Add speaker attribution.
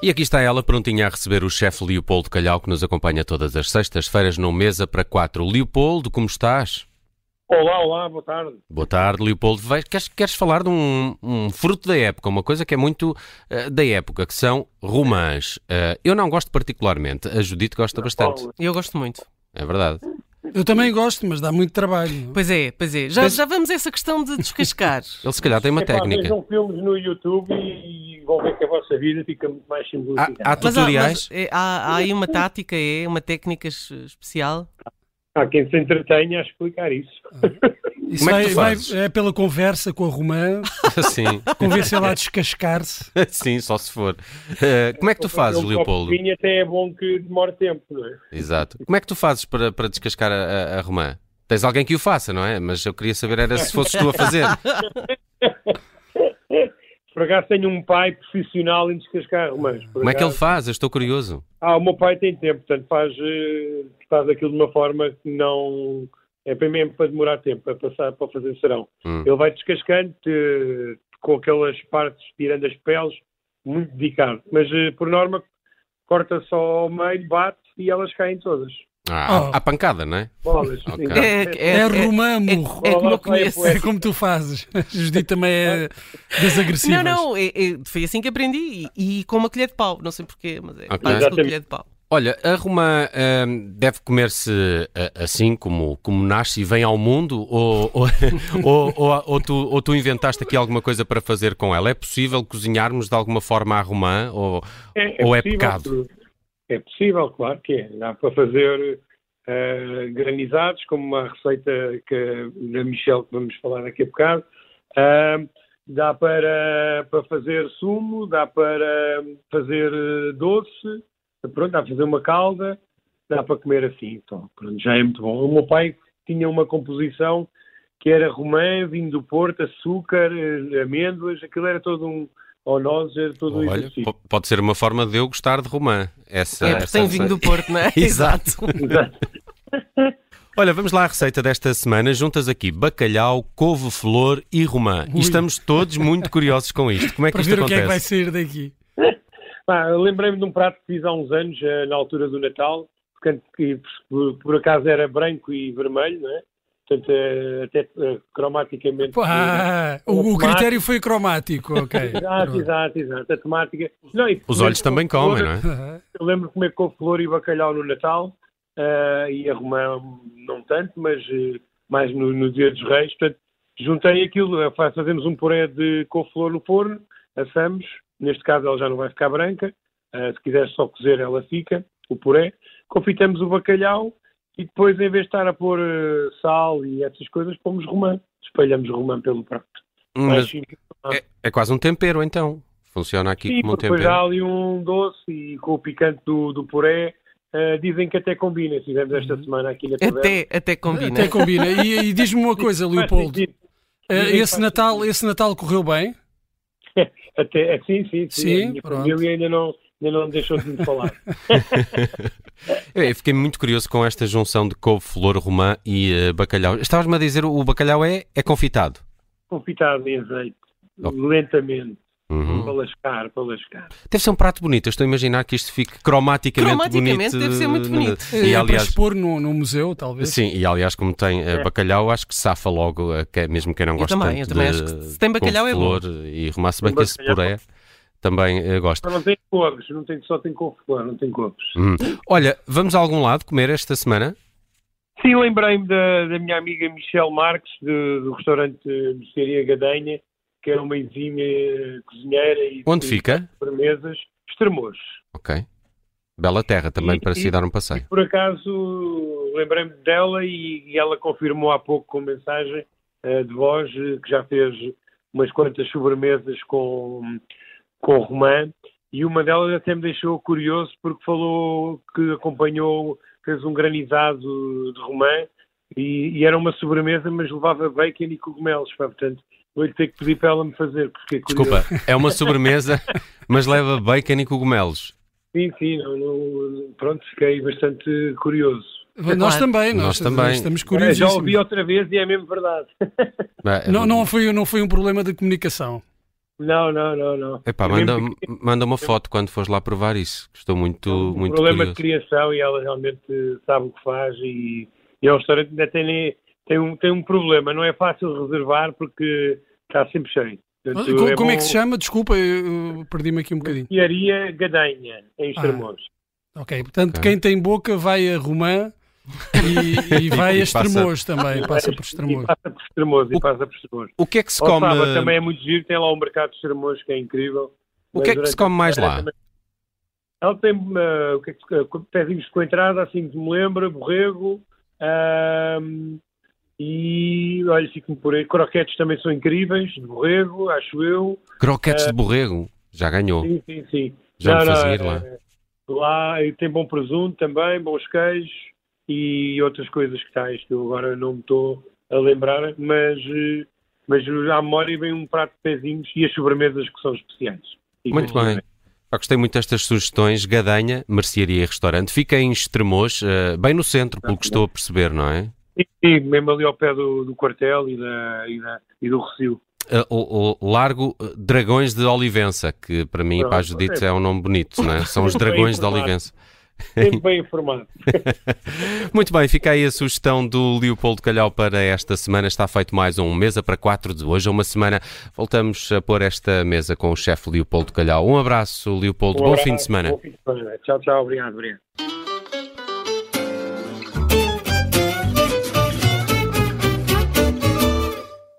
Speaker 1: E aqui está ela prontinha a receber o chefe Leopoldo Calhau, que nos acompanha todas as sextas-feiras no Mesa para Quatro. Leopoldo, como estás?
Speaker 2: Olá, olá, boa tarde.
Speaker 1: Boa tarde, Leopoldo. Vai- queres, queres falar de um, um fruto da época, uma coisa que é muito eh, da época, que são romãs. Eh, eu não gosto particularmente, a Judite gosta bastante.
Speaker 3: Eu gosto muito.
Speaker 1: É verdade.
Speaker 4: Eu também gosto, mas dá muito trabalho.
Speaker 3: Pois é, pois é. Já, já vamos a essa questão de descascar.
Speaker 1: Ele se calhar tem uma
Speaker 2: Epá,
Speaker 1: técnica.
Speaker 2: é Vejam filmes no YouTube e vão ver que a vossa vida fica muito mais
Speaker 1: Há,
Speaker 2: simplificada.
Speaker 1: há
Speaker 3: há-
Speaker 1: tutoriais?
Speaker 3: é, há, há aí uma tática, é uma técnica es- especial.
Speaker 2: Há quem se entretenha a explicar isso.
Speaker 4: Isso
Speaker 1: Como é que tu
Speaker 4: vai,
Speaker 1: fazes?
Speaker 4: vai- é pela conversa com a Romã,
Speaker 1: Sim, É.
Speaker 4: convencê-la a descascar-se.
Speaker 1: sim, só se for. Eh, como é que tu fazes,
Speaker 2: Um copo de
Speaker 1: Leopoldo?
Speaker 2: vinho até é bom que demore tempo, não é?
Speaker 1: Exato. Como é que tu fazes para, para descascar a, a, a romã? Tens alguém que o faça, não é? Mas eu queria saber era se fosses tu a fazer.
Speaker 2: Por acaso tenho um pai profissional em descascar romãs. Por
Speaker 1: Como é que ele
Speaker 2: acaso-
Speaker 1: faz? Eu estou curioso.
Speaker 2: Ah, o meu pai tem tempo, portanto faz, eh, faz aquilo de uma forma que não... É para mesmo para demorar tempo, para passar, para fazer serão.
Speaker 1: Hum.
Speaker 2: Ele vai descascando eh, com aquelas partes, tirando as peles, muito dedicado. Mas eh, por norma corta só ao meio, bate e elas caem todas.
Speaker 1: Ah,
Speaker 4: Oh.
Speaker 1: à pancada, não é?
Speaker 2: Bolas. Então,
Speaker 1: Ok.
Speaker 2: Sim.
Speaker 3: É, é,
Speaker 4: É,
Speaker 3: é,
Speaker 4: Romã,
Speaker 3: é-
Speaker 4: murro.
Speaker 3: é como eu
Speaker 2: Olá, pai,
Speaker 3: conheço.
Speaker 2: poeta.
Speaker 4: É como tu fazes. A Judite também é das agressivas.
Speaker 3: Não, não, é- é- foi assim que aprendi e, e com uma colher de pau. Não sei porquê, mas é
Speaker 1: Ok.
Speaker 3: faz com
Speaker 2: Exatamente.
Speaker 3: colher de pau.
Speaker 1: Olha, a romã hum, deve comer-se ah, assim como, como nasce e vem ao mundo? Ou, ou, ou, ou- ou tu, ou tu inventaste aqui alguma coisa para fazer com ela? É possível cozinharmos de alguma forma a romã? Ou... Ou é pecado?
Speaker 2: É possível, claro que é. Dá para fazer eh, granizados, como uma receita que, da Michelle que vamos falar daqui a bocado. Ah, dá para, para fazer sumo, dá para fazer eh, doce, pronto, dá para fazer uma calda, dá para comer assim. Então, pronto, já é muito bom. O meu pai tinha uma composição que era romã, vinho do Porto, açúcar, eh, amêndoas, aquilo era todo um... Ou nozes, era todo um
Speaker 1: Olha,
Speaker 2: exercício.
Speaker 1: po- pode ser uma forma de eu gostar de romã. Essa,
Speaker 3: É porque
Speaker 1: essa
Speaker 3: tem vinho do Porto, não é?
Speaker 1: Exato.
Speaker 2: Exato.
Speaker 1: Olha, vamos lá à receita desta semana. Juntas aqui bacalhau, couve-flor e romã. E
Speaker 4: Ui.
Speaker 1: estamos todos muito curiosos com isto. Como é que
Speaker 4: Para
Speaker 1: isto
Speaker 4: ver o que é que vai
Speaker 1: acontece?
Speaker 4: sair daqui.
Speaker 2: Pá, eu lembrei-me de um prato que fiz há uns anos, eh, na altura do Natal, portanto, que por, por acaso era branco e vermelho, não é? Portanto, eh, até eh, cromaticamente.
Speaker 4: Ah, o, o critério foi cromático, ok.
Speaker 2: Exato, exato, exato. A ah, temática. Não, e
Speaker 1: Os olhos
Speaker 2: comer
Speaker 1: também
Speaker 2: couve-flor,
Speaker 1: comem, não é?
Speaker 4: Aham.
Speaker 2: Eu lembro de comer couve-flor e bacalhau no Natal, eh, e a romã não tanto, mas eh, mais no, no Dia dos Reis. Portanto, juntei aquilo, eh, fa- fazemos um puré de couve-flor no forno, assamos, neste caso ela já não vai ficar branca, eh, se quiseres só cozer ela fica, o puré. Confitamos o bacalhau e depois, em vez de estar a pôr eh, sal e essas coisas, pomos romã. Espalhamos romã pelo prato.
Speaker 1: Hum,
Speaker 2: Mais
Speaker 1: mas
Speaker 2: simples.
Speaker 1: é, é quase um tempero, então. Funciona aqui
Speaker 2: Sim,
Speaker 1: como um
Speaker 2: porque depois há
Speaker 1: tempero.
Speaker 2: ali um doce e com o picante do, do puré, eh, dizem que até combina. Fizemos esta
Speaker 4: Uhum.
Speaker 2: semana aqui na taberna.
Speaker 3: Até, até combina.
Speaker 4: Até combina. E, e diz-me uma coisa,
Speaker 2: Faz
Speaker 4: Leopoldo.
Speaker 2: sentido.
Speaker 4: Eh, Esse Natal, esse Natal correu bem?
Speaker 2: Até, é, sim, sim, sim.
Speaker 4: Sim,
Speaker 2: a minha
Speaker 4: pronto.
Speaker 2: família ainda não, ainda não deixou de me falar.
Speaker 1: Eu fiquei muito curioso com esta junção de couve-flor, romã e eh, bacalhau. Estavas-me a dizer o bacalhau é, é confitado.
Speaker 2: Confitado em azeite,
Speaker 1: Oh.
Speaker 2: lentamente,
Speaker 1: Uhum.
Speaker 2: para lascar, para lascar.
Speaker 1: Deve ser um prato bonito. Eu Estou a imaginar que isto fique cromaticamente,
Speaker 3: Cromaticamente
Speaker 1: bonito.
Speaker 3: deve ser muito bonito. Eh,
Speaker 1: E
Speaker 4: É para
Speaker 1: aliás,
Speaker 4: expor no, no museu, talvez?
Speaker 1: Sim, e aliás, como tem
Speaker 2: É.
Speaker 1: eh, bacalhau, acho que safa logo, eh, que- mesmo quem não
Speaker 3: Eu
Speaker 1: gosta
Speaker 3: também,
Speaker 1: tanto
Speaker 3: eu também
Speaker 1: de
Speaker 3: acho que se tem bacalhau é bom.
Speaker 1: couve-flor e romance, se bem que esse
Speaker 2: Um Bacalhau. é
Speaker 1: puré também eh, gosto.
Speaker 2: Mas não tem couves, não tem, só tem couve-flor, não tem couves.
Speaker 1: Hum. Olha, vamos a algum lado comer esta semana?
Speaker 2: Sim, lembrei-me da, da minha amiga Michelle Marques, de- do restaurante Mercearia Gadenha, que era uma exímia cozinheira e
Speaker 1: Onde
Speaker 2: e
Speaker 1: fica?
Speaker 2: sobremesas, extremos.
Speaker 1: Ok. Bela terra também
Speaker 2: E-
Speaker 1: para se
Speaker 2: e-
Speaker 1: dar um passeio.
Speaker 2: Por acaso, lembrei-me dela e, e ela confirmou há pouco com mensagem eh, de voz eh, que já fez umas quantas sobremesas com, com romã e uma delas até me deixou curioso porque falou que acompanhou, fez um granizado de romã e, e era uma sobremesa, mas levava bacon e cogumelos, pá, portanto, vou-lhe ter que pedir para ela me fazer, porque é curioso.
Speaker 1: Desculpa, é uma sobremesa, mas leva bacon e cogumelos.
Speaker 2: Sim, sim, não- não- pronto, fiquei bastante curioso.
Speaker 4: Nós
Speaker 3: Claro.
Speaker 4: também, nós,
Speaker 1: Nós também.
Speaker 4: estamos
Speaker 2: Olha, Já ouvi
Speaker 4: curiosos.
Speaker 2: outra vez e é mesmo é verdade.
Speaker 1: Ah,
Speaker 4: Não, não, foi, não foi um problema de comunicação.
Speaker 2: Não, não, não, não.
Speaker 1: Epá,
Speaker 2: Eu
Speaker 1: manda,
Speaker 2: lembro que
Speaker 1: manda uma foto quando fores lá provar isso. Estou muito,
Speaker 2: um
Speaker 1: muito
Speaker 2: problema
Speaker 1: curioso.
Speaker 2: de criação e ela realmente sabe o que faz e, e é um restaurante que ainda tem, nem- tem, um, tem um problema, não é fácil reservar porque está sempre cheio.
Speaker 4: Ah,
Speaker 2: Portanto,
Speaker 4: co- Como é que se
Speaker 2: bom-
Speaker 4: chama? Desculpa, eu eu perdi-me aqui um bocadinho.
Speaker 2: Piaria Gadanha, em
Speaker 4: Ah.
Speaker 2: Estremoz.
Speaker 4: Ok, portanto,
Speaker 1: Ok.
Speaker 4: quem tem boca vai a Romã e, e vai
Speaker 1: E
Speaker 4: a
Speaker 1: passa-
Speaker 4: Estremoz também, passa por
Speaker 2: E
Speaker 4: Estremoz.
Speaker 2: passa por Estremoz,
Speaker 1: O-
Speaker 2: e passa por Estremoz.
Speaker 1: O que é que se
Speaker 2: Ao
Speaker 1: come?
Speaker 2: sábado também é muito giro, tem lá um mercado de Estremoz que é incrível.
Speaker 1: O
Speaker 2: Mas
Speaker 1: que é que se
Speaker 2: durante
Speaker 1: come
Speaker 2: a
Speaker 1: mais
Speaker 2: semana
Speaker 1: lá?
Speaker 2: também- Ela tem ah, o que é que se- co- pezinhos com entrada, assim que me lembro, borrego ahm, e olha, fico-me por aí. Croquetes também são incríveis, de borrego, acho eu.
Speaker 1: Croquetes de borrego. Já ganhou.
Speaker 2: Eh, Sim, sim, sim.
Speaker 1: Já me
Speaker 2: Não, não,
Speaker 1: fazia ir
Speaker 2: é-
Speaker 1: lá.
Speaker 2: Lá e tem bom presunto também, bons queijos e outras coisas que tais que eu agora não me estou a lembrar, mas, eh, mas à memória vem um prato de pezinhos e as sobremesas que são especiais. E
Speaker 1: Muito
Speaker 2: com-
Speaker 1: bem. Pá, gostei muito destas sugestões. Gadanha, mercearia e restaurante. Fica em Estremoz, eh, bem no centro, pelo que estou a perceber, não é?
Speaker 2: Sim, sim, mesmo ali ao pé do, do quartel e, da, e, da- e do Recio.
Speaker 1: Eh, o, o Largo eh, Dragões de Olivença, que para mim, para a
Speaker 2: Pronto,
Speaker 1: Judite, é um nome bonito, não é? São os Dragões de
Speaker 2: informado.
Speaker 1: Olivença.
Speaker 2: Sempre bem informado.
Speaker 1: Muito bem, fica aí a sugestão do Leopoldo Calhau para esta semana. Está feito mais um Mesa para Quatro de hoje, a uma semana. Voltamos a pôr esta mesa com o chefe Leopoldo Calhau. Um abraço, Leopoldo.
Speaker 2: Um
Speaker 1: Bom
Speaker 2: abraço,
Speaker 1: fim de semana.
Speaker 2: Bom fim de semana. Tchau, tchau. Obrigado, obrigado.